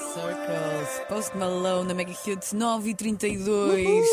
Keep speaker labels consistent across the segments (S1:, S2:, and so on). S1: Circles, Post Malone, na Mega Hit 9 e 32.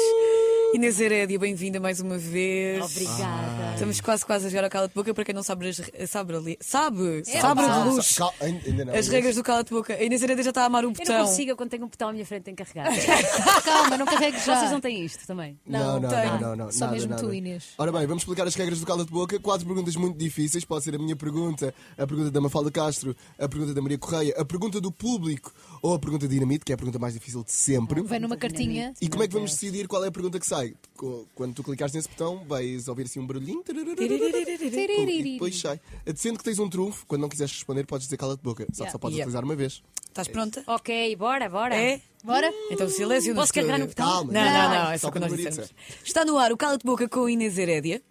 S1: Inês Herédia, bem-vinda mais uma vez.
S2: Ah.
S3: Obrigada.
S1: Estamos quase, quase a jogar ao cala-de-boca. Para quem não sabe, as re- sabe, ali- sabe,
S3: É,
S1: sabe
S3: pá.
S1: de luz
S2: Cal- ainda ainda não.
S1: as regras do cala-de-boca. A Inês Herédia já está a amar o
S3: Eu
S1: botão.
S3: não consigo, eu quando tenho um botão à minha frente tenho que carregar.
S4: Calma, não carregue já.
S3: Vocês não têm isto também.
S2: Não, não,
S1: tem.
S2: não, não, não.
S4: Só
S2: nada,
S4: mesmo tu,
S2: nada.
S4: Inês.
S2: Ora bem, vamos explicar as regras do Cala de Boca. Quatro perguntas muito difíceis. Pode ser a minha pergunta, a pergunta da Mafalda Castro, a pergunta da Maria Correia, a pergunta do público ou a pergunta de Dinamite, que é a pergunta mais difícil de sempre.
S4: Vem numa cartinha.
S2: E como é que vamos decidir qual é a pergunta que sai? Co- Quando tu clicares nesse botão, vais ouvir assim um barulhinho. E depois sai. Sendo que tens um trunfo, quando não quiseres responder, podes dizer cala de boca. Só que só podes
S1: Yeah.
S2: utilizar uma vez.
S1: Estás pronta?
S3: Ok, bora, bora.
S1: É?
S4: Bora?
S1: Então silêncio no
S3: Posso carregar no
S1: estúdio.
S3: botão?
S2: Calma.
S1: Não, não, não, é
S2: Só
S1: só quando nós
S2: para Maria
S1: dissemos. Está no ar o cala-de-boca com Inês Herédia.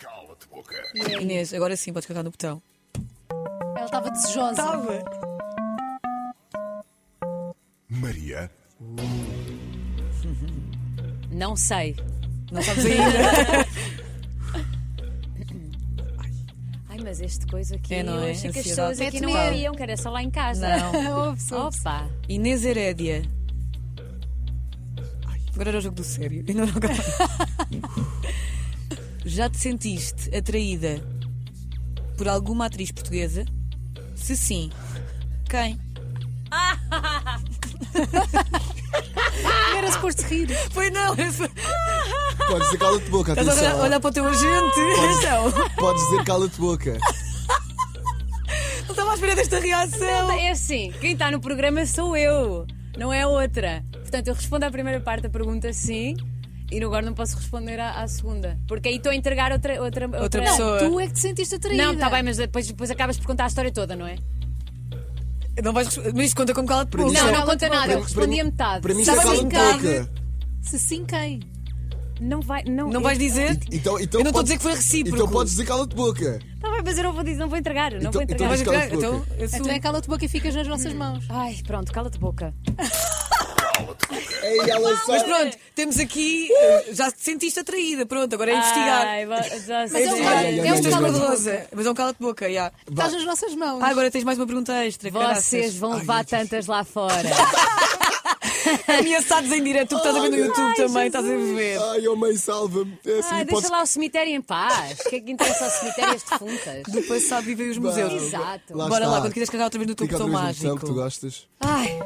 S5: Cala-te boca.
S1: Inês, agora sim, podes carregar no botão.
S4: Ela estava desejosa.
S5: Maria,
S3: Não sei.
S1: Não sabes ainda.
S3: Ai, mas este coisa aqui.
S1: É, não
S3: eu
S1: é?
S3: achei que as
S1: Ansiedade
S3: pessoas aqui não
S4: total.
S3: ouviam, que era só lá em casa.
S1: Não.
S3: Opa.
S1: Inês Herédia. Ai, Agora era o jogo do sério. Eu não- não- Já te sentiste atraída por alguma atriz portuguesa? Se sim, quem?
S4: Não era suposto rir.
S1: Foi não! essa-
S2: Podes dizer cala de boca,
S1: Estás a olhar,
S2: atenção.
S1: olhar para o teu agente? Então,
S2: Podes dizer cala de boca.
S1: não estava à espera desta reação.
S3: É assim, quem está no programa sou eu, não é outra. Portanto, eu respondo à primeira parte da pergunta sim. E agora não posso responder à, à segunda. Porque aí estou a entregar outra, outra, outra...
S1: pessoa.
S4: Tu é que te sentiste atraída.
S3: Não, está bem, mas depois, depois acabas por contar a história toda, não é?
S1: Não vais responder. Mas isto conta como cala de
S2: mim
S1: boca.
S3: Não,
S2: Isso
S3: não
S4: é
S3: conta
S4: muito
S3: nada,
S4: bom.
S3: eu respondi a metade.
S2: Para mim,
S4: Sabe
S2: isso é cala de
S4: brincar?
S2: boca.
S4: Se sim, quem?
S3: Não vai. Não,
S1: Não vais dizer?
S2: Então, então
S1: Eu não estou a
S2: podes-
S1: dizer que foi recíproco.
S2: Então podes dizer cala de boca.
S3: Tá bem, mas eu não vou dizer, não vou entregar, não
S2: Então-
S3: vou entregar.
S2: então
S1: Vais
S2: diz cala-te
S1: então,
S2: boca.
S1: eu sou-
S4: Então é cala-te boca e ficas nas nossas mãos.
S3: Ai, pronto, cala-te boca.
S2: Ei, ela
S1: Mas
S2: sabe.
S1: pronto, temos aqui. eh, Já te sentiste atraída, pronto,
S3: Ah,
S1: agora é investigar.
S3: Ai, va- já
S4: Mas é um
S3: sei.
S4: cala-
S2: ai, ai,
S4: é
S2: ai,
S4: um
S2: ai,
S4: cala de
S2: ai.
S4: boca.
S1: Mas é um cala de boca, já.
S2: Vá.
S4: Estás nas nossas mãos.
S1: Ah, agora tens mais uma pergunta extra. caraças.
S3: Vocês vão levar tantas lá fora.
S1: Assim, Ameaçados em direto, tu que estás a ver no YouTube também, estás a ver.
S2: Ai, oh mãe, salva-me. É assim,
S3: Ai,
S2: podes...
S3: Ah, deixa lá o cemitério em paz. O que é que interessa ao cemitério as defuntas?
S1: Do passado vivem os
S2: Vá,
S1: museus.
S3: Exato.
S2: Lá
S1: Bora
S2: está.
S1: lá, quando quiseres carregar outra vez no teu
S2: Clica
S1: botão
S2: outra vez no
S1: mágico.
S2: botão que tu gostas.
S3: Ai,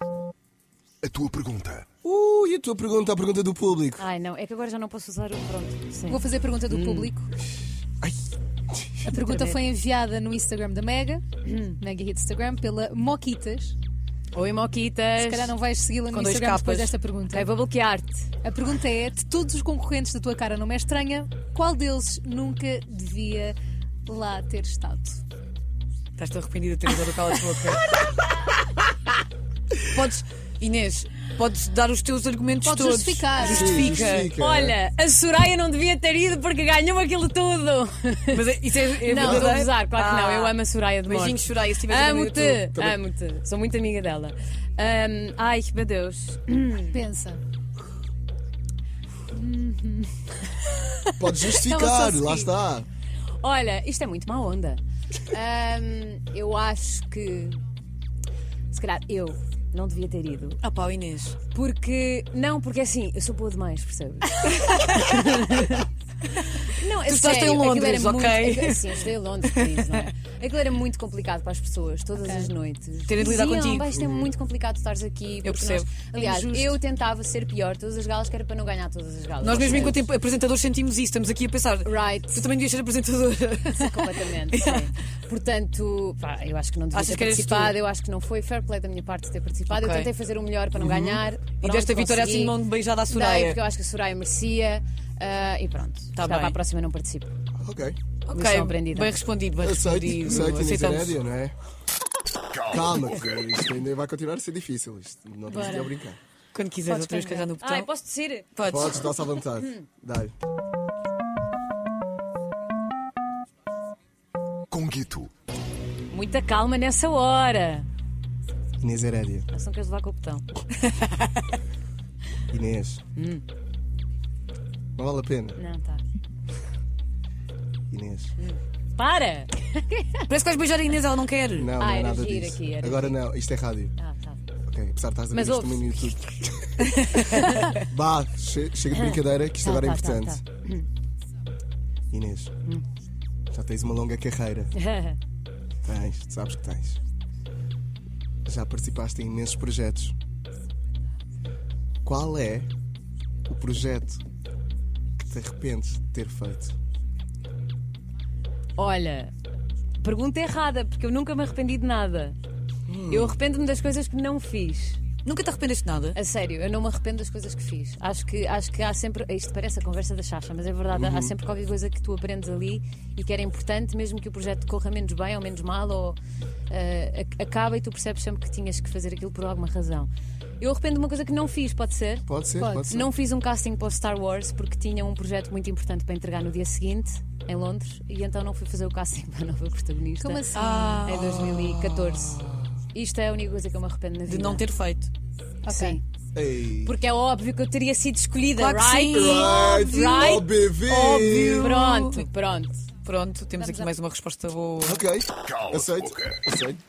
S5: a tua pergunta.
S2: Uh, e a tua pergunta, a pergunta do público.
S3: ai, não, é que agora já não posso usar o pronto. Sim.
S4: Vou fazer a pergunta do público.
S2: Ai.
S4: A pergunta foi enviada no Instagram da Mega, Mega Hit Instagram, pela Moquitas.
S3: Oi, Moquitas.
S4: Se calhar não vais segui-la no
S1: Com dois
S4: Instagram depois
S1: capas.
S4: desta pergunta.
S3: Ok, vou bloquear-te.
S4: A pergunta é: de todos os concorrentes da tua cara não é estranha, qual deles nunca devia lá ter estado?
S1: Estás tão arrependida de ter usado o cala de boca. Podes, Inês, podes dar os teus argumentos
S4: Podes
S1: todos.
S4: justificar.
S1: Justifica.
S2: Sim, justifica.
S3: Olha, a Soraya não devia ter ido porque ganhou aquilo tudo.
S1: Mas é- isso é. é
S3: não, estou a
S1: verdadeiro?
S3: usar, claro que não.
S1: Ah.
S3: Eu amo a Soraya de
S1: Beijinhos,
S3: morte.
S1: Soraya, se tiveres a ver no
S3: Amo-te, amo-te. Sou muito amiga dela. Ahm, ai, meu Deus.
S4: Pensa.
S2: Podes
S4: Ela
S2: justificar,
S4: só
S2: lá
S4: se ri.
S2: está.
S3: Olha, isto é muito má onda. Ahm, eu acho que. Se calhar eu não devia ter ido.
S1: Ah, pá, o Inês.
S3: Porque. Não, porque assim, eu sou boa demais, percebes? não, é
S1: Tu estás
S3: sério,
S1: em Londres,
S3: aquilo era
S1: ok?
S3: Muito, aquilo- sim, eu estudei em Londres, por isso, não é? Aquilo era muito complicado para as pessoas, todas as noites.
S1: Terem de lidar
S3: Diziam,
S1: contigo.
S3: "Pá, Isto é muito complicado tu estares aqui. porque
S1: percebo.
S3: Nós... Aliás,
S4: Injusto.
S3: eu tentava ser pior todas as galas, que era para não ganhar todas as galas.
S1: Nós mesmo
S3: Vocês-
S1: enquanto ap- apresentadores sentimos isso, estamos aqui a pensar.
S3: Right.
S1: Tu também devias ser apresentadora.
S3: completamente. sim. Portanto, pá, eu acho que não devia
S1: Achas
S3: ter
S1: que eras
S3: participado,
S1: tu?
S3: eu acho que não foi fair play da minha parte ter participado.
S1: Ok.
S3: Eu tentei fazer o melhor para não ganhar.
S1: E
S3: Pronto,
S1: desta vitória
S3: consegui.
S1: assim de mão de beijada à
S3: Dei,
S1: Soraya.
S3: porque eu acho que a Soraya merecia. ah, e pronto,
S1: Tá
S3: já
S1: bem.
S3: para a próxima não participo.
S2: Ok.
S1: Ok,
S3: lição aprendida.
S1: bem respondido, bem
S2: Aceito,
S1: respondido.
S2: aceito, Inês
S1: Aceitamos.
S2: Herédia, não é?
S5: Cala-te
S2: Calma,
S5: boca.
S2: que isto ainda vai continuar a ser difícil. Isto não estamos aqui a brincar.
S1: Quando quiseres, outra vez carregar no botão.
S3: posso dizer?
S1: Podes.
S2: Podes, dá-se à vontade. Dá-lhe.
S5: Conguito.
S3: Muita calma nessa hora.
S2: Inês Herédia.
S3: Ah, se não queres levar com o botão.
S2: Inês. Não vale a pena.
S3: Não, tá.
S2: Inês.
S3: Para!
S1: Parece que vais beijar a Inês, ela não quer.
S2: Não, não
S3: Ah,
S2: é
S3: era
S2: nada
S3: giro
S2: disso.
S3: aqui, era
S2: Agora não, isto é rádio.
S3: Ah, tá.
S2: Ok, apesar de estás a ver
S3: Mas
S2: isto
S3: ouve.
S2: também no YouTube. Vá, che- chega de brincadeira, que isto
S3: Tá,
S2: agora é
S3: tá, tá, Hum.
S2: importante. Inês, já tens uma longa carreira. Tens, tu sabes que tens. Já participaste em imensos projetos. Qual é o projeto que te arrependes de ter feito?
S3: Olha, pergunta errada, porque eu nunca me arrependi de nada. Eu arrependo-me das coisas que não fiz.
S1: Nunca te arrependeste de nada?
S3: A sério, eu não me arrependo das coisas que fiz. Acho que, acho que há sempre. Isto parece a conversa da chacha, mas é verdade.
S2: Uhum.
S3: Há sempre qualquer coisa que tu aprendes ali e que era importante, mesmo que o projeto corra menos bem ou menos mal, ou eh, ac- acaba e tu percebes sempre que tinhas que fazer aquilo por alguma razão. Eu arrependo de uma coisa que não fiz, pode ser?
S2: Pode ser, pode,
S4: Pode.
S2: ser.
S3: Não fiz um casting para o Star Wars porque tinha um projeto muito importante para entregar no dia seguinte, em Londres, e então não fui fazer o casting para a nova protagonista É
S4: Como assim?
S1: Ah,
S3: em 2014. Isto é a única coisa que eu me arrependo na vida.
S1: de não ter feito.
S4: Ok.
S3: Sim.
S2: Ei.
S3: Porque é óbvio que eu teria sido escolhida,
S1: Claro que
S3: right?
S1: sim.
S2: Right,
S3: Right?
S2: OBV.
S1: é Óbvio.
S3: Pronto, pronto.
S1: Pronto, temos aqui mais uma resposta boa.
S2: Ok,
S5: Cala-te,
S2: aceito.
S5: boca.
S2: Aceito.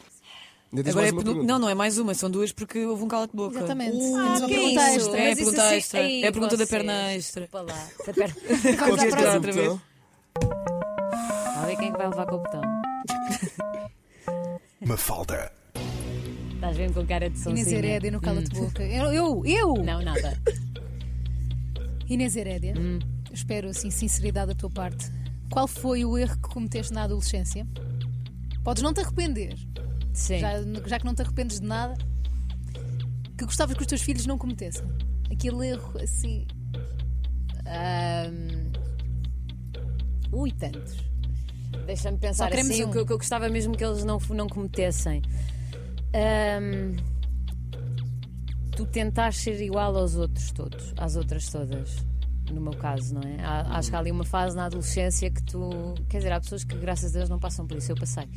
S2: Ainda tens
S1: Agora
S2: mais
S1: é
S2: uma
S1: penu-
S2: pergunta.
S1: Não, não é mais uma, são duas porque houve um cala de boca.
S3: Ah,
S4: Exatamente. Temos uma
S3: que
S4: pergunta
S3: isso?
S4: extra.
S1: É a
S3: Mas isso
S1: pergunta
S3: assim-
S1: extra.
S3: Ei,
S1: é a pergunta da
S3: vocês.
S1: perna extra.
S3: Para lá. Tá Da perna.
S4: Vamos à
S2: Queres
S4: próxima.
S2: dar
S1: outra vez?
S2: botão?
S3: Vamos ver quem é que vai levar com o botão.
S5: Mafalda.
S3: Estás vendo com cara de sonzinha?
S4: Inês Herédia no Cala-te Boca. Eu, eu, eu!
S3: Hum. Não, nada.
S4: Inês Herédia,
S3: Hum.
S4: espero assim sinceridade da tua parte. Qual foi o erro que cometeste na adolescência? Podes não te arrepender,
S3: Sim.
S4: já, já que não te arrependes de nada, que gostavas que os teus filhos não cometessem. Aquele erro assim.
S3: Ahm, Ui, tantos. Deixa-me pensar
S4: Só queremos
S3: assim,
S4: um.
S3: o, que, o que eu gostava mesmo que eles não, f- não cometessem. Ahm, Tu tentares ser igual aos outros todos, às outras todas. No meu caso, não é? Há- acho que há ali uma fase na adolescência que tu. Quer dizer, há pessoas que, graças a Deus, não passam por isso. Eu passei.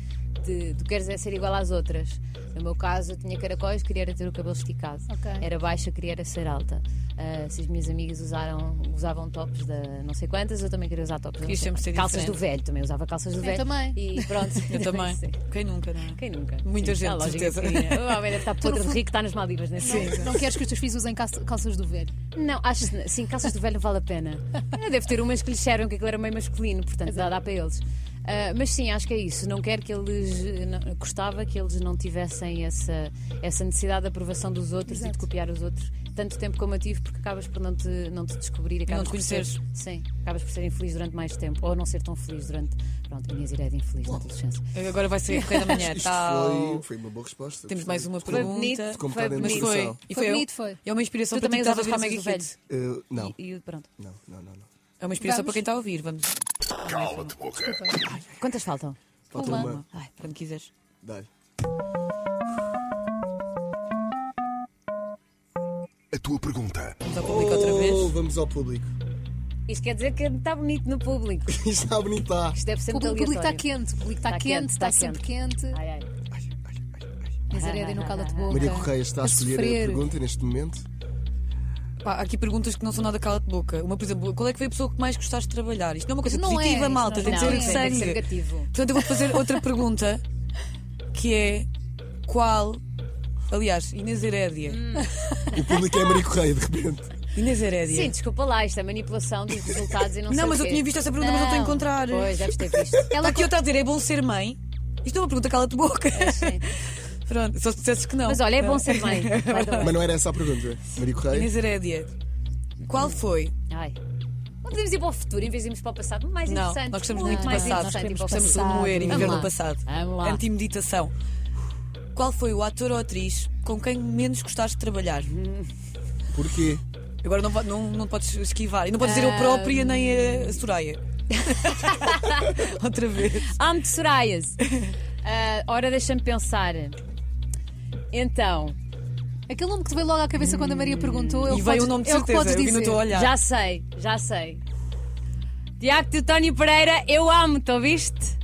S3: De, tu queres é ser igual às outras. No meu caso, eu tinha caracóis, queria era ter o cabelo esticado.
S4: Ok.
S3: Era baixa, queria era ser alta. Ah, se as minhas amigas usaram, usavam tops da não sei quantas, eu também queria usar tops. da não
S1: Quis
S3: sei
S1: sempre
S3: quantas.
S1: ser
S3: calças
S1: diferente.
S3: do velho, também usava calças do
S4: Eu
S3: velho.
S4: também.
S3: E pronto.
S1: Eu também.
S3: Sim.
S1: Quem nunca, não é?
S3: Quem nunca?
S1: Muita gente,
S3: há lógica
S1: certeza.
S3: que sim. é. O homem deve estar podre de rico, está nas Maldivas, nesse momento.
S4: Não queres que os teus filhos usem calça- calças do velho.
S3: Não, acho sim, calças do velho não vale a pena. Eu devo ter umas que lhes disseram que aquilo era meio masculino, portanto dá, dá para eles. Ah, mas sim, acho que é isso. Não quero que eles. eh, Não, gostava que eles não tivessem essa, essa necessidade de aprovação dos outros e de copiar os outros tanto tempo como eu tive, porque acabas por não te, não te descobrir e acabas
S1: te
S3: por ser-
S1: conheceres.
S3: Sim, acabas por ser infeliz durante mais tempo ou não ser tão feliz durante. Pronto, Inês Iré de infeliz na adolescência.
S1: Agora vai ser a correr da manhã.
S2: Isto
S1: É, tal.
S2: foi, foi uma boa resposta.
S1: Temos mais uma
S3: Foi
S1: pergunta.
S3: bonito.
S2: Ficou-me
S3: Foi
S2: tarde em
S1: Mas
S3: bonito.
S1: foi.
S2: discussão.
S1: E
S4: Foi bonito, foi.
S1: É uma inspiração
S3: Tu
S1: para
S3: também
S1: quem estava a
S3: usavas
S1: ficar mega
S3: calças do
S1: kid.
S2: Uh, não,
S3: E, e pronto.
S2: não, não, não. não.
S1: É uma inspiração
S4: Vamos?
S1: para quem está a ouvir. Vamos.
S5: Cala-te, boca.
S3: Quantas faltam?
S2: Falta
S4: Uma.
S2: uma.
S1: Ai, quando quiseres.
S2: Dá-lhe.
S5: A tua pergunta.
S1: Vamos ao público outra
S2: Oh,
S1: vez.
S2: vamos ao público.
S3: Isto quer dizer que está bonito no público.
S2: Isto está bonito, está.
S3: Isto deve ser
S4: O
S3: muito
S4: público está
S3: aleatório.
S4: tá quente, o público está
S3: Está
S4: quente,
S3: Tá quente,
S4: está
S3: está
S4: sempre quente.
S3: Ai, ai.
S2: Ai, ai, ai, ai.
S4: Inês Herédia no Cala-te Boca.
S2: Maria Correia está a escolher a
S4: sofrer.
S2: pergunta neste momento.
S1: Pá, há aqui perguntas que não são nada cala de boca. Uma, por exemplo, qual é que foi a pessoa que mais gostaste de trabalhar? Isto não é uma coisa
S4: Não é,
S1: positiva,
S4: isto
S1: malta.
S4: não
S1: Tem de ser de
S4: é. Não, tem
S3: de ser
S1: sangue.
S3: negativo.
S1: Portanto, eu vou-te fazer outra pergunta que é qual. Aliás, Inês Herédia.
S2: O público é a Maria Correia, de repente.
S1: Inês Herédia.
S3: Sim, desculpa lá, isto é manipulação dos resultados e não, sei
S1: Não, mas
S3: o
S1: eu
S3: quê.
S1: tinha visto essa pergunta, mas não estou a encontrar.
S3: Pois, deves ter visto.
S1: Ela que eu está a dizer, é bom ser mãe? Isto é uma pergunta cala-te boca.
S3: sim.
S1: Pronto, só se dissesses que não.
S3: Mas olha, é bom ser mãe. by the way.
S2: Mas não era essa a pergunta. Maria Correia?
S1: Inês Herédia, qual foi?
S3: Ai. Não devemos ir para o futuro em vez de irmos para o passado. Mais
S1: Não,
S3: interessante.
S1: nós gostamos muito do
S3: mais
S1: passado.
S3: interessante ir para o
S1: Gostamos de
S3: passado.
S1: moer e
S3: Vamos
S1: viver
S3: lá.
S1: no passado.
S3: Vamos lá.
S1: Antimeditação. Qual foi o ator ou atriz com quem menos gostaste de trabalhar?
S2: Porquê?
S1: Agora não, vo- não, não podes esquivar. E não podes dizer eu própria nem a, a Soraya. Outra vez.
S3: Amo-te, Sorayas. Ah, ora, deixa-me pensar. Então,
S4: Aquele nome que te veio logo à cabeça quando a Maria perguntou, é o
S1: e
S4: que
S1: veio
S4: podes,
S1: o nome de
S4: é o que
S1: certeza.
S4: podes
S1: Eu vi no
S4: dizer.
S1: teu olhar.
S3: já sei, já sei. Tiago Teutónio Pereira, eu amo-te, ouviste?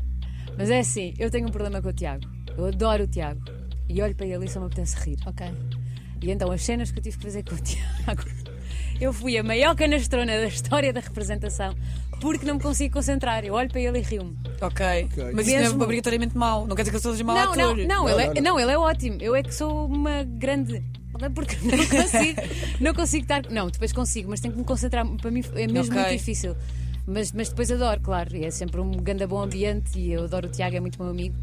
S3: Mas é assim, eu tenho um problema com o Tiago. Eu adoro o Tiago. E olho para ele e só me apetece rir.
S4: Ok.
S3: E então as cenas que eu tive que fazer com o Tiago. Eu fui a maior canastrona da história da representação porque não me consigo concentrar. Eu olho para ele e rio-me.
S1: Ok. Mas isso não
S3: Mesmo.
S1: é obrigatoriamente mau. Não quer dizer que eu seja mau
S3: Não,
S1: ator.
S3: não, não, ele é,
S2: não, não.
S3: não, ele é ótimo. Eu é que sou uma grande. Porque não consigo, não consigo estar. Não, depois consigo, mas tenho que me concentrar. Para mim é mesmo
S1: Ok.
S3: muito difícil. Mas, mas depois adoro, claro. E É sempre um grande bom ambiente e eu adoro o Tiago, é muito meu amigo.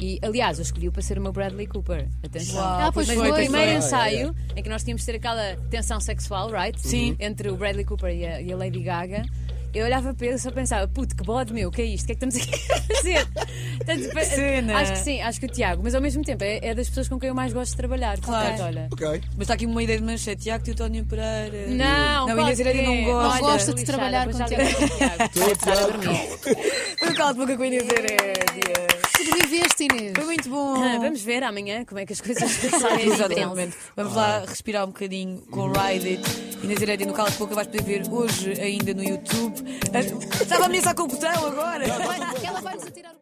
S3: E, aliás, eu escolhi-o para ser o meu Bradley Cooper. Atenção.
S1: Uau,
S4: Ah, pois
S3: mas
S4: foi,
S3: no
S4: pois
S3: primeiro
S4: foi.
S3: ensaio, em que nós tínhamos de ter aquela tensão sexual, right?
S1: Sim.
S3: Entre o Bradley Cooper e a, e a Lady Gaga. Eu olhava para ele e só pensava, puto, que bode meu, o que é isto? O que é que estamos aqui a fazer? Portanto, pa-
S1: cena.
S3: Acho que sim, acho que o Tiago, mas ao mesmo tempo é, é das pessoas com quem eu mais gosto de trabalhar.
S1: Claro.
S3: Portanto, olha.
S2: Ok.
S1: Mas está aqui uma ideia de manchete. Tiago Teutónio Pereira.
S3: Não,
S1: Não, Inês Ireia não gosta.
S4: Não gosta. de trabalhar com
S3: Tiago.
S1: Eu calo de boca com a Inês Herédia.
S4: Sobreviveste, Inês.
S1: Foi muito bom.
S3: Ah, Vamos ver amanhã como é que as coisas saem.
S1: Exatamente. Vamos lá respirar um bocadinho com Ride It. Inês Herédia no Cala de Boca vais poder ver hoje ainda no YouTube. Ah, Estava a ameaçar com o botão agora.
S4: Ela vai nos atirar um o.